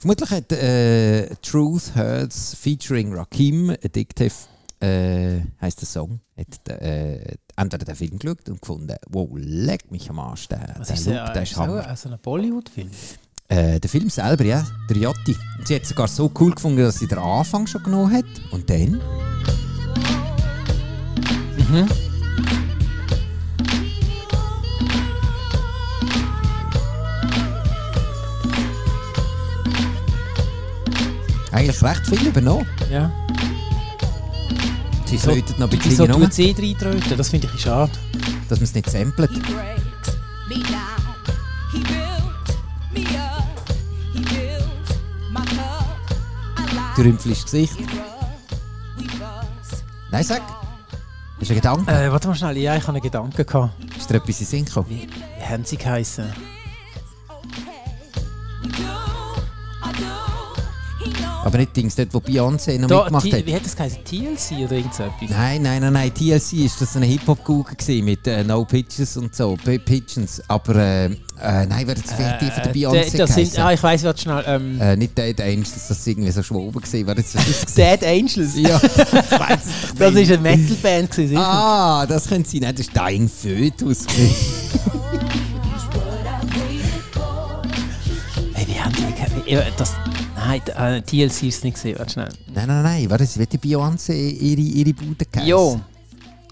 Speaker 1: Vermutlich hat äh, Truth Hurts featuring Rakim Addictive, äh, heisst der Song, hat äh, entweder den Film geschaut und gefunden, wow, leck mich am Arsch, der,
Speaker 2: Was
Speaker 1: der
Speaker 2: ist
Speaker 1: Look, der ist Hammer.
Speaker 2: so ein Bollywood-Film?
Speaker 1: Äh, der Film selber, ja, der Jotti. Und sie hat es sogar so cool gefunden, dass sie den Anfang schon genommen hat. Und dann? Eigentlich recht viel übernommen.
Speaker 2: Ja.
Speaker 1: Sie
Speaker 2: So,
Speaker 1: flötet noch ein
Speaker 2: die
Speaker 1: bisschen
Speaker 2: so
Speaker 1: so rum,
Speaker 2: durch die C reintröten, das finde ich schade.
Speaker 1: dass man es nicht samplet.
Speaker 5: He breaks me down. He built me up. He built my cup. I
Speaker 1: Du
Speaker 5: lied.
Speaker 1: rümpfelst das Gesicht.
Speaker 5: It rough. We bust.
Speaker 1: Nein, sag. Hast du einen Gedanken?
Speaker 2: Äh, warte mal schnell, ja, ich habe einen Gedanken gehabt.
Speaker 1: Ist dir etwas in den Sinn gekommen?
Speaker 2: Wie, wie haben sie geheißen?
Speaker 5: It's okay. We do. I do. He knows.
Speaker 1: Aber nicht Dings, dort wo Beyoncé noch
Speaker 2: Da,
Speaker 1: mitgemacht
Speaker 2: T-
Speaker 1: hat.
Speaker 2: wie hat das geheißen? TLC oder irgend so etwas?
Speaker 1: Nein, nein, nein, nein. TLC ist das eine Hip-Hop-Google gewesen mit äh, No Pitches und so. P Pigeons. Aber äh, äh, nein, wer jetzt vielleicht die von der
Speaker 2: Äh,
Speaker 1: Beyoncé
Speaker 2: d- das sind,
Speaker 1: geheißen?
Speaker 2: Ah, ich weiss, warte schnell. Ähm,
Speaker 1: Äh, nicht Dead Angels, das ist irgendwie so schwoben gewesen. Wer jetzt das ist gewesen?
Speaker 2: Dead Angels.
Speaker 1: Äh, ja, ich weiss es doch
Speaker 2: Das
Speaker 1: nicht.
Speaker 2: war eine Metalband. gewesen, sicher.
Speaker 1: Ah, das könnte sein. Nein, das ist Dying Fötus.
Speaker 2: Ey, wie haben die ge- ja, das, Nein, d- äh, TLC ist nicht gesehen, warte schnell.
Speaker 1: nein, nein, nein. Wer jetzt wird die Beyoncé ihre, ihre Bude geheißen?
Speaker 2: Jo.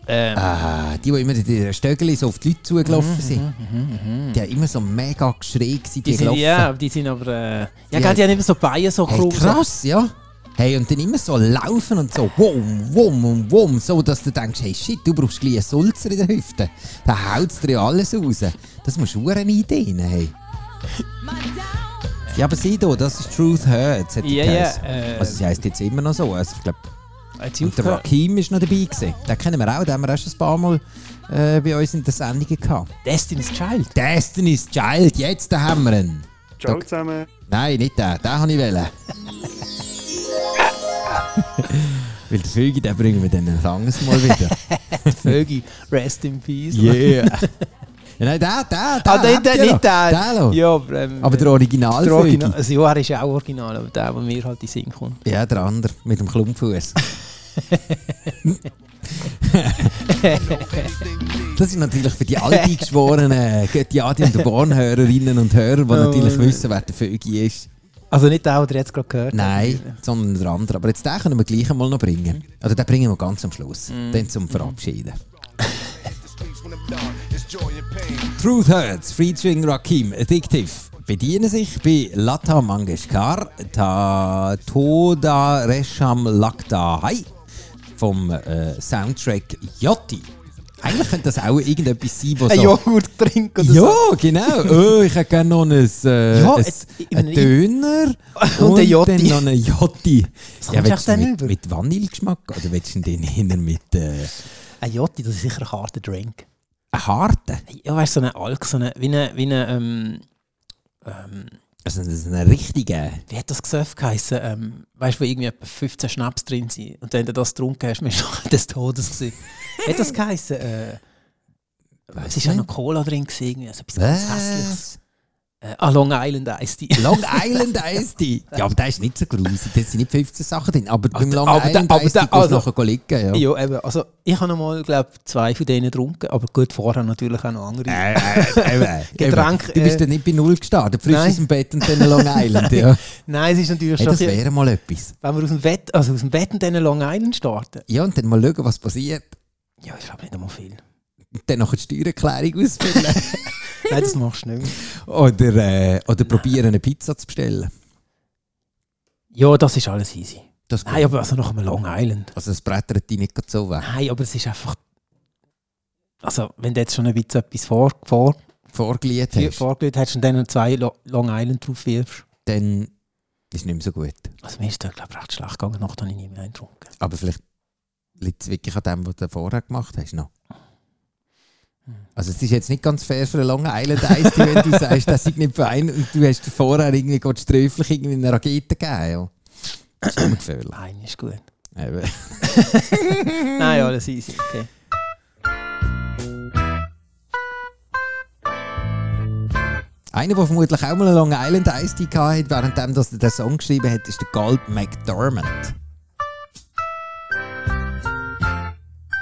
Speaker 2: Ähm,
Speaker 1: Ah, die, die immer die Stöckeli so auf die Leute zugelaufen
Speaker 2: Mhm,
Speaker 1: sind. Die haben immer so mega geschrien, die,
Speaker 2: die, sind,
Speaker 1: gelaufen.
Speaker 2: ja, die sind aber. Äh, ja,
Speaker 1: Die
Speaker 2: gell,
Speaker 1: hat-
Speaker 2: die haben immer so Beine so
Speaker 1: Hey,
Speaker 2: krumm.
Speaker 1: krass, ja. Hey, und dann immer so laufen und so wumm, wumm und wumm, so dass du denkst, hey shit, du brauchst gleich einen Sulzer in der Hüfte. Da haut dir ja alles raus. Das musst du eine Idee haben. Hey.
Speaker 5: My down.
Speaker 1: Ja, aber sieh da, das ist Truth Hurts, hat die
Speaker 2: Ja, ja,
Speaker 1: geheißen.
Speaker 2: äh,
Speaker 1: Also sie heisst jetzt immer noch so. Also, ich glaub,
Speaker 2: So. Hat sie
Speaker 1: und der
Speaker 2: aufgehört?
Speaker 1: Rakim war noch dabei. Gewesen. Den kennen wir auch, den haben wir auch schon ein paar Mal äh, bei uns in der Sendung gehabt.
Speaker 2: Destiny's Child.
Speaker 1: Destiny's Child, jetzt da haben wir ihn.
Speaker 6: Ciao zusammen.
Speaker 1: Nein, nicht den. Den habe ich wählen. Weil der Vögel, den bringen wir dann ein anderes Mal wieder.
Speaker 2: Vögel. Rest in Peace.
Speaker 1: yeah. ja, nein, der, der, der.
Speaker 2: Ah, der, der, nicht der.
Speaker 1: der ja.
Speaker 2: Ja, aber, ähm,
Speaker 1: Aber der original
Speaker 2: der Original. Also, ja, er ist ja auch original, aber der, der mir halt in den Sinn kommt.
Speaker 1: Ja, der andere. Mit dem Klumpfuß. das ist natürlich für die alteingeschworenen Götti Adi und Bornhörerinnen und Hörer,
Speaker 2: Oh.
Speaker 1: die natürlich wissen, wer der Vögel ist.
Speaker 2: Also nicht der, den ihr jetzt gerade gehört
Speaker 1: Nein, sondern der andere. Aber jetzt den können wir gleich einmal noch bringen.
Speaker 2: Mhm.
Speaker 1: Oder den bringen wir ganz am Schluss. Dann zum Verabschieden. Truth Hurts featuring Rakim Addictive bedienen sich bei Lata Mangeshkar Ta Toda Resham Lakta Hai vom äh, Soundtrack Yotti. Eigentlich könnte das auch irgendetwas sein, was
Speaker 2: Ein
Speaker 1: so...
Speaker 2: Joghurt trinken oder
Speaker 1: Also- Ja,
Speaker 2: so.
Speaker 1: genau. Oh, ich hätte gerne noch ein, äh,
Speaker 2: Ja,
Speaker 1: ein,
Speaker 2: äh,
Speaker 1: ein Döner
Speaker 2: Und ein Jotti.
Speaker 1: dann noch einen Jotti.
Speaker 2: Das kommt
Speaker 1: willst
Speaker 2: echt
Speaker 1: du
Speaker 2: dann
Speaker 1: mit,
Speaker 2: über.
Speaker 1: mit Vanillegeschmack oder willst du den eher mit äh,
Speaker 2: Ein Jotti, das ist sicher ein harter Drink.
Speaker 1: einem harten?
Speaker 2: Ja, weißt du, so ein Alk, so eine, wie eine, wie eine, ähm, ähm,
Speaker 1: Also das ist ein richtiger...
Speaker 2: wie hat das Gesöff geheissen? Ähm, weißt du, wo irgendwie etwa 15 Schnaps drin sind und wenn du das getrunken hast, bist du des Todes gewesen. hat das geheissen? Äh,
Speaker 1: Weiss
Speaker 2: es war ja
Speaker 1: nicht.
Speaker 2: noch Cola drin, gewesen, irgendwie, so etwas ganz also Hässliches.
Speaker 1: Was?
Speaker 2: Äh, ah, Long Island Ice Tea.
Speaker 1: Long Island Ice Tea. Ja, aber der ist nicht so grusig. Da sind nicht 15 Sachen drin. Aber beim Long
Speaker 2: aber der-
Speaker 1: Island
Speaker 2: aber
Speaker 1: Ice Tea
Speaker 2: der-
Speaker 1: kannst du
Speaker 2: also-
Speaker 1: nachher liegen. Ja.
Speaker 2: Ja, eben. Also, ich habe noch mal, glaube zwei von denen getrunken, aber gut, vorher natürlich auch noch andere.
Speaker 1: Äh, äh, äh,
Speaker 2: Getränk,
Speaker 1: eben. Du bist
Speaker 2: äh,
Speaker 1: dann nicht bei Null gestartet. Frisch
Speaker 2: nein.
Speaker 1: aus dem Bett und dann Long Island. ja.
Speaker 2: Nein, es ist
Speaker 1: hey,
Speaker 2: natürlich schon.
Speaker 1: das
Speaker 2: ein bisschen-
Speaker 1: wäre mal etwas.
Speaker 2: Wenn wir aus dem Wett, also aus dem Wett und dann Long Island starten.
Speaker 1: Ja, und dann mal schauen, was passiert.
Speaker 2: Ja, ich glaube nicht einmal viel.
Speaker 1: Und dann noch die Steuererklärung ausfüllen.
Speaker 2: Nein, das machst du nicht mehr.
Speaker 1: oder äh, oder probieren, eine Pizza zu bestellen.
Speaker 2: Ja, das ist alles easy.
Speaker 1: Das
Speaker 2: Nein, aber also nach einem Long Island.
Speaker 1: Also es brettert dich nicht gerade so weg.
Speaker 2: Nein, aber es ist einfach. Also, wenn du jetzt schon ein bisschen etwas vor, vor,
Speaker 1: Vorgelegt
Speaker 2: vor,
Speaker 1: hast,
Speaker 2: vorgelegt hast und dann noch zwei Lo Long Island drauf wirfst.
Speaker 1: dann ist es nicht mehr so gut.
Speaker 2: Also, mir ist das, glaube ich, recht schlecht gegangen. Noch habe ich nie mehr einen getrunken.
Speaker 1: Aber vielleicht liegt es wirklich an dem, was du vorher gemacht hast. Noch. Also es ist jetzt nicht ganz fair für einen Long Island Eis, wenn du sagst, das ist nicht fein und du hast vorher irgendwie gerade sträflich irgendwie eine Rakete gegeben. Ja. Das ist immer gefährlich.
Speaker 2: Nein, ist gut.
Speaker 1: Eben.
Speaker 2: Nein, alles easy. Okay.
Speaker 1: Einer, der vermutlich auch mal einen Long Island Ice Tea hatte, währenddem dass er den Song geschrieben hat, ist der Galt McDormand.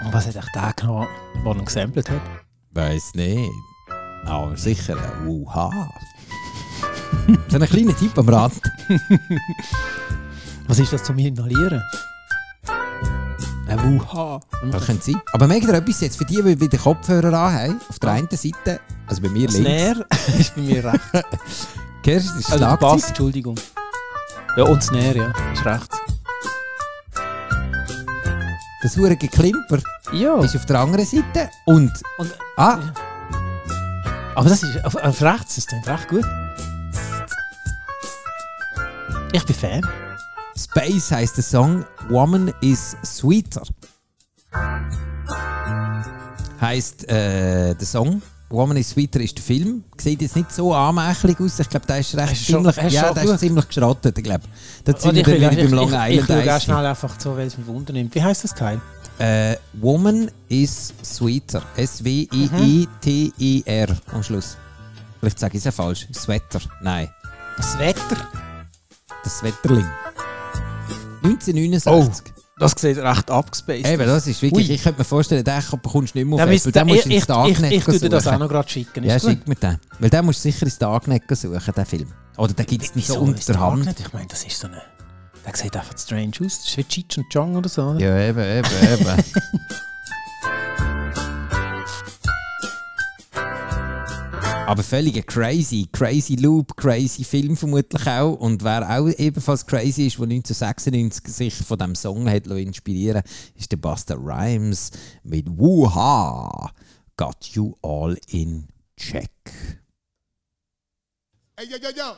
Speaker 2: Und was hat euch der genommen, der noch gesampelt hat?
Speaker 1: Weiß nicht. Aber sicher ein Uha. so ein kleiner Tipp am Rand.
Speaker 2: Was ist das zum Inhalieren? Ein Wuha.
Speaker 1: Das könnte sein. Aber merkt ihr etwas jetzt für die, die wieder Kopfhörer anhaben? Auf der einen Seite, also bei mir
Speaker 2: Das
Speaker 1: links.
Speaker 2: Snare ist bei mir recht.
Speaker 1: Gehörst du, das ist
Speaker 2: Also der
Speaker 1: Schlagzeug.
Speaker 2: Bass, Entschuldigung. Ja, und Snare, ja. Ist recht.
Speaker 1: Das hure Geklimper
Speaker 2: Ja.
Speaker 1: ist auf der anderen Seite. Und,
Speaker 2: Und,
Speaker 1: ah,
Speaker 2: aber das ist auf, auf rechts, das klingt recht gut. Ich bin Fan.
Speaker 1: Space heisst der Song Woman is Sweeter. Heisst äh, der Song. Woman is Sweeter ist der Film. Sieht jetzt nicht so anmächlich aus. Ich glaube, der ist recht
Speaker 2: Hast du schon-
Speaker 1: ziemlich,
Speaker 2: hast du
Speaker 1: ja,
Speaker 2: schon
Speaker 1: der ist
Speaker 2: geschaut? Oh,
Speaker 1: ziemlich geschrottet, ich glaube. Da sind wir
Speaker 2: ich
Speaker 1: dann wieder
Speaker 2: ich,
Speaker 1: beim Long
Speaker 2: ich,
Speaker 1: Island
Speaker 2: ich schaue auch
Speaker 1: Ice Tea.
Speaker 2: schnell einfach so, weil es mich Wunder nimmt. Wie heisst das Teil?
Speaker 1: Äh, Woman is sweeter. S-W-I-E-T-E-R am Schluss. Vielleicht sage ich es ja falsch. Sweater. Nein.
Speaker 2: Das Wetter.
Speaker 1: Das Wetterling.
Speaker 2: Oh.
Speaker 1: 1969.
Speaker 2: Das sieht recht abgespaced
Speaker 1: Eben, das ist wirklich.
Speaker 2: Ui.
Speaker 1: Ich könnte mir vorstellen, den bekommst du nicht mehr
Speaker 2: Dann
Speaker 1: auf
Speaker 2: müsst,
Speaker 1: Apple. Den musst
Speaker 2: ich
Speaker 1: du ins
Speaker 2: ich, ich,
Speaker 1: Darknet
Speaker 2: ich, tue dir das
Speaker 1: suchen.
Speaker 2: auch noch gerade schicken.
Speaker 1: Ja,
Speaker 2: Ist gut.
Speaker 1: schick mir den. Weil den musst du sicher ins Darknet suchen, den Film. Oder den gibt es nicht so
Speaker 2: Wieso
Speaker 1: unter
Speaker 2: ist
Speaker 1: der
Speaker 2: der
Speaker 1: Hand.
Speaker 2: Darknet? Ich meine, das ist so eine. Der sieht einfach strange aus. Das ist wie Cheech und Chong oder so. Oder?
Speaker 1: Ja, eben, eben, eben. Aber völlig crazy. Crazy Loop, crazy Film vermutlich auch. Und wer auch ebenfalls crazy ist, der 1996 sich von diesem Song hat lassen inspirieren ist der Buster Rhymes mit Wuha! Got you all in check.
Speaker 6: Hey, yo, yo, yo,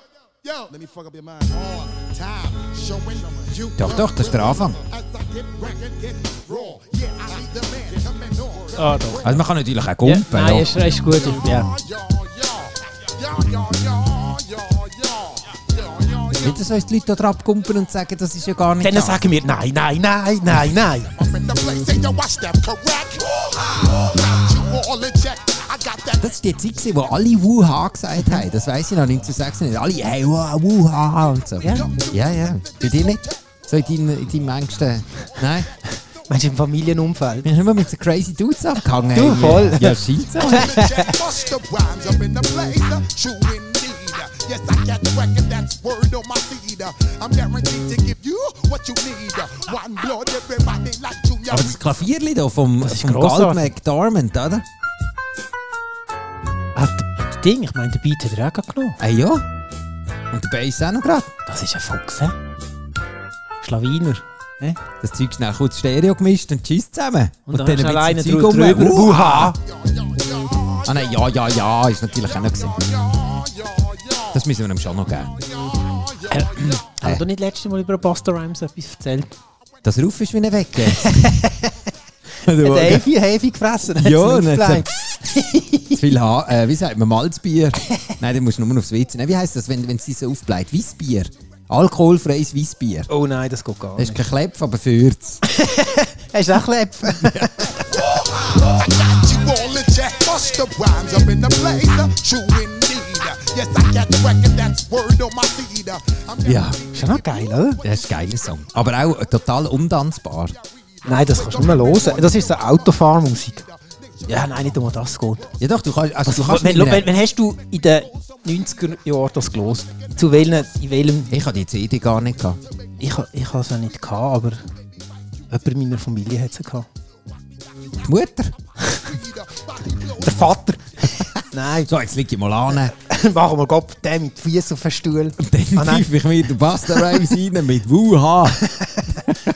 Speaker 6: yo. Let me fuck up your mind. All time showing you.
Speaker 1: Doch, doch, das ist der Anfang.
Speaker 6: As I get wrecked and get raw. Yeah, I need the man. Come and know.
Speaker 2: Ah, doch.
Speaker 1: Also man kann natürlich auch
Speaker 2: Ja,
Speaker 1: gumpen.
Speaker 2: nein,
Speaker 1: ja.
Speaker 2: ist, ist gut. Ich, ja.
Speaker 6: Yo, yo, yo, yo, yo, yo, yo, yo.
Speaker 1: Nicht, dass uns die Leute da drauf gumpen und sagen, das ist ja gar nicht
Speaker 2: Dann
Speaker 1: da.
Speaker 2: sagen wir nein, nein, nein, nein, nein.
Speaker 6: Up in the place. Say, yo, I step correct. ah, Got you all in check. I got that.
Speaker 1: Das war die Zeit, gewesen, wo alle Wuha gesagt haben. Das weiss ich noch 1996. Alle hey, Wuha, Wuha und so. Ja, ja. Bei dir nicht? So in deinem, in deinem engsten... Nein?
Speaker 2: Meinst du im Familienumfeld?
Speaker 1: Wir haben immer mit so crazy Dudes abgehangen.
Speaker 2: Du,
Speaker 1: irgendwie.
Speaker 2: voll.
Speaker 1: Ja, scheint so.
Speaker 6: Buster rhymes up in the place, uh, true indeed. Uh, Yes, I got the record, that's word on my seed. Uh, I'm guaranteed to give you what you need. Uh, One blood, everybody like Junior.
Speaker 1: Aber das Klavierli hier vom,
Speaker 2: Das ist also.
Speaker 1: vom Gold
Speaker 2: grossartig.
Speaker 1: McDormand, oder?
Speaker 2: Ah, d- d- Ding, ich meine, der Beat hat er auch gerade genommen.
Speaker 1: Ah ja. Und der Bass auch noch gerade.
Speaker 2: Das ist ein Fuchs, hä? Schlawiner. Ne?
Speaker 1: Das Zeug schnell kurz Stereo gemischt und tschüss zusammen.
Speaker 2: Und dann hast du alleine
Speaker 1: Zeug
Speaker 2: drü-
Speaker 1: um-
Speaker 2: drüber.
Speaker 1: Wuha! Ah nein, ja, ja, ja, ist natürlich auch noch gesehen. Das müssen wir ihm schon noch geben.
Speaker 2: Äh,
Speaker 1: Äh.
Speaker 2: Haben du nicht letztes Mal über Buster Rhymes etwas erzählt?
Speaker 1: Das Ruf ist wie ein Weg.
Speaker 2: Der Heavy, Heavy gefressen. hat's
Speaker 1: Ja,
Speaker 2: nicht
Speaker 1: und hat's-
Speaker 2: gelangt.
Speaker 1: zu viel ha äh, Wie sagt man, Malzbier? Nein, dann musst du nur aufs WC. Nein, wie heisst das, wenn wenn es dich so aufbleibt? Weissbier. Alkoholfreies Weissbier.
Speaker 2: Oh nein, das geht gar
Speaker 1: Das
Speaker 2: nicht.
Speaker 1: ist kein Klepf, aber führt's.
Speaker 2: Hast du auch Klepfen?
Speaker 6: I got you all in check. Buster rhymes up in the place, uh, true indeed. Uh, Yes, Yes, I got the record that's word on my seed. I'm
Speaker 1: Ja,
Speaker 2: Ist ja noch geil, oder?
Speaker 1: das ist ein geiler Song. Aber auch total undansbar.
Speaker 2: Nein, das kannst du nicht mehr hören. Das ist so Autofahrmusik. Ja, nein, nicht um das geht.
Speaker 1: Ja doch, du kannst, also du kannst
Speaker 2: Wenn,
Speaker 1: nicht mehr-
Speaker 2: wenn, wenn hast du in den 90er Jahren das gelost? Zu welchen, in welchem
Speaker 1: Ich hatte die CD gar nicht. Gehabt.
Speaker 2: Ich, ha- ich habe es ja nicht gehabt, aber jemand meiner Familie hat es gehabt.
Speaker 1: Die Mutter.
Speaker 2: Der Vater! Nein,
Speaker 1: So, jetzt liege ich mal an.
Speaker 2: machen wir Gott den mit den Füßen auf den Stuhl.
Speaker 1: Und dann
Speaker 2: Ah, nein.
Speaker 1: pfeife ich mit den Buster Rhymes rein mit Wuha.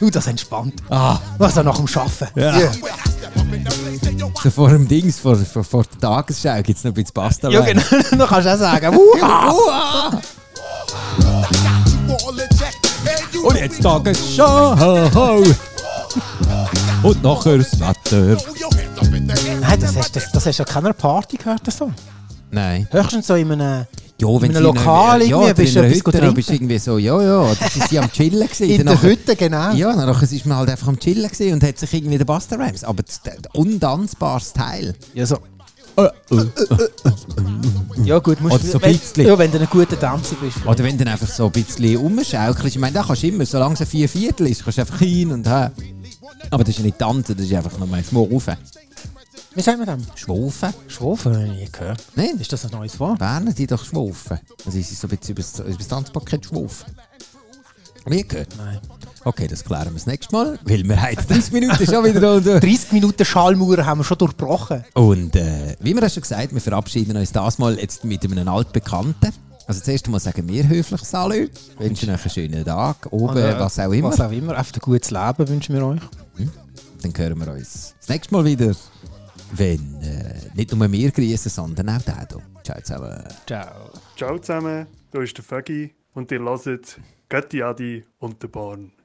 Speaker 2: Uh, das entspannt.
Speaker 1: Ah,
Speaker 2: Was auch nach dem Arbeiten.
Speaker 1: Ja.
Speaker 2: Ja.
Speaker 6: When I step up in the place, they know
Speaker 1: so vor dem Dings, vor, vor, vor der Tagesschau gibt es noch ein bisschen Buster
Speaker 2: Ja,
Speaker 1: Rhymes.
Speaker 2: genau. Dann kannst du auch sagen, Wuha!
Speaker 1: Wuha.
Speaker 6: I got you all in check. And you
Speaker 1: Und
Speaker 6: know
Speaker 1: jetzt
Speaker 6: we know
Speaker 1: Tagesschau. Und nachher das Wetter.
Speaker 6: your hands up in the air.
Speaker 2: Nein, das hast du das, das hast du an keiner Party gehört, das so.
Speaker 1: Nein.
Speaker 2: Höchstens so in einem...
Speaker 1: Ja, wenn
Speaker 2: einem
Speaker 1: sie noch-
Speaker 2: Lokal
Speaker 1: ja,
Speaker 2: irgendwie
Speaker 1: oder
Speaker 2: bist
Speaker 1: in
Speaker 2: du
Speaker 1: einer
Speaker 2: etwas
Speaker 1: Hütte,
Speaker 2: trinken.
Speaker 1: dann bist du irgendwie so, ja, ja, das ist sie am Chillen gewesen.
Speaker 2: In der
Speaker 1: Danach-
Speaker 2: Hütte, genau.
Speaker 1: Ja, danach ist man halt einfach am Chillen gewesen und hat sich irgendwie den Buster Rhymes. Aber das, das undansbares Teil.
Speaker 2: Ja, so. Ja gut, musst
Speaker 1: Oder so ein
Speaker 2: wenn,
Speaker 1: bisschen.
Speaker 2: ja, wenn du ein guter Tänzer bist.
Speaker 1: Oder wenn du dann einfach so ein bisschen rumschaukelst. Ich meine, da kannst du immer, solange es ein Vierviertel ist, kannst du einfach hin und her. Aber das ist ja nicht tanzen, das ist einfach nur mal schmaufen.
Speaker 2: Wie sagen wir dem?
Speaker 1: Schwaufen?
Speaker 2: Schwofen habe ich nie gehört.
Speaker 1: Nein,
Speaker 2: Ist das ein neues Wort?
Speaker 1: Berner die doch schwaufen. Also ist sie so ein bisschen über das, über das Tanzpaket schwaufen. Wie gehört?
Speaker 2: Nein.
Speaker 1: Okay, das klären wir das nächste Mal, weil wir haben 30 Minuten schon wieder unter.
Speaker 2: 30 Minuten Schallmauer haben wir schon durchbrochen.
Speaker 1: Und äh, wie wir das schon gesagt wir verabschieden uns das mal jetzt mit einem altbekannten. Also zuerst mal sagen wir höflich Salü. Wünschen euch einen schönen Tag, oben,
Speaker 2: Und, äh,
Speaker 1: was auch immer.
Speaker 2: Was auch immer. Auf ein gutes Leben wünschen wir euch.
Speaker 1: Dann hören wir uns das nächste Mal wieder, wenn äh, nicht nur wir grüßen, sondern auch der hier. Ciao zusammen.
Speaker 2: Ciao.
Speaker 7: Ciao zusammen, hier ist der Fagi und ihr hört Götti Adi und der Bahn.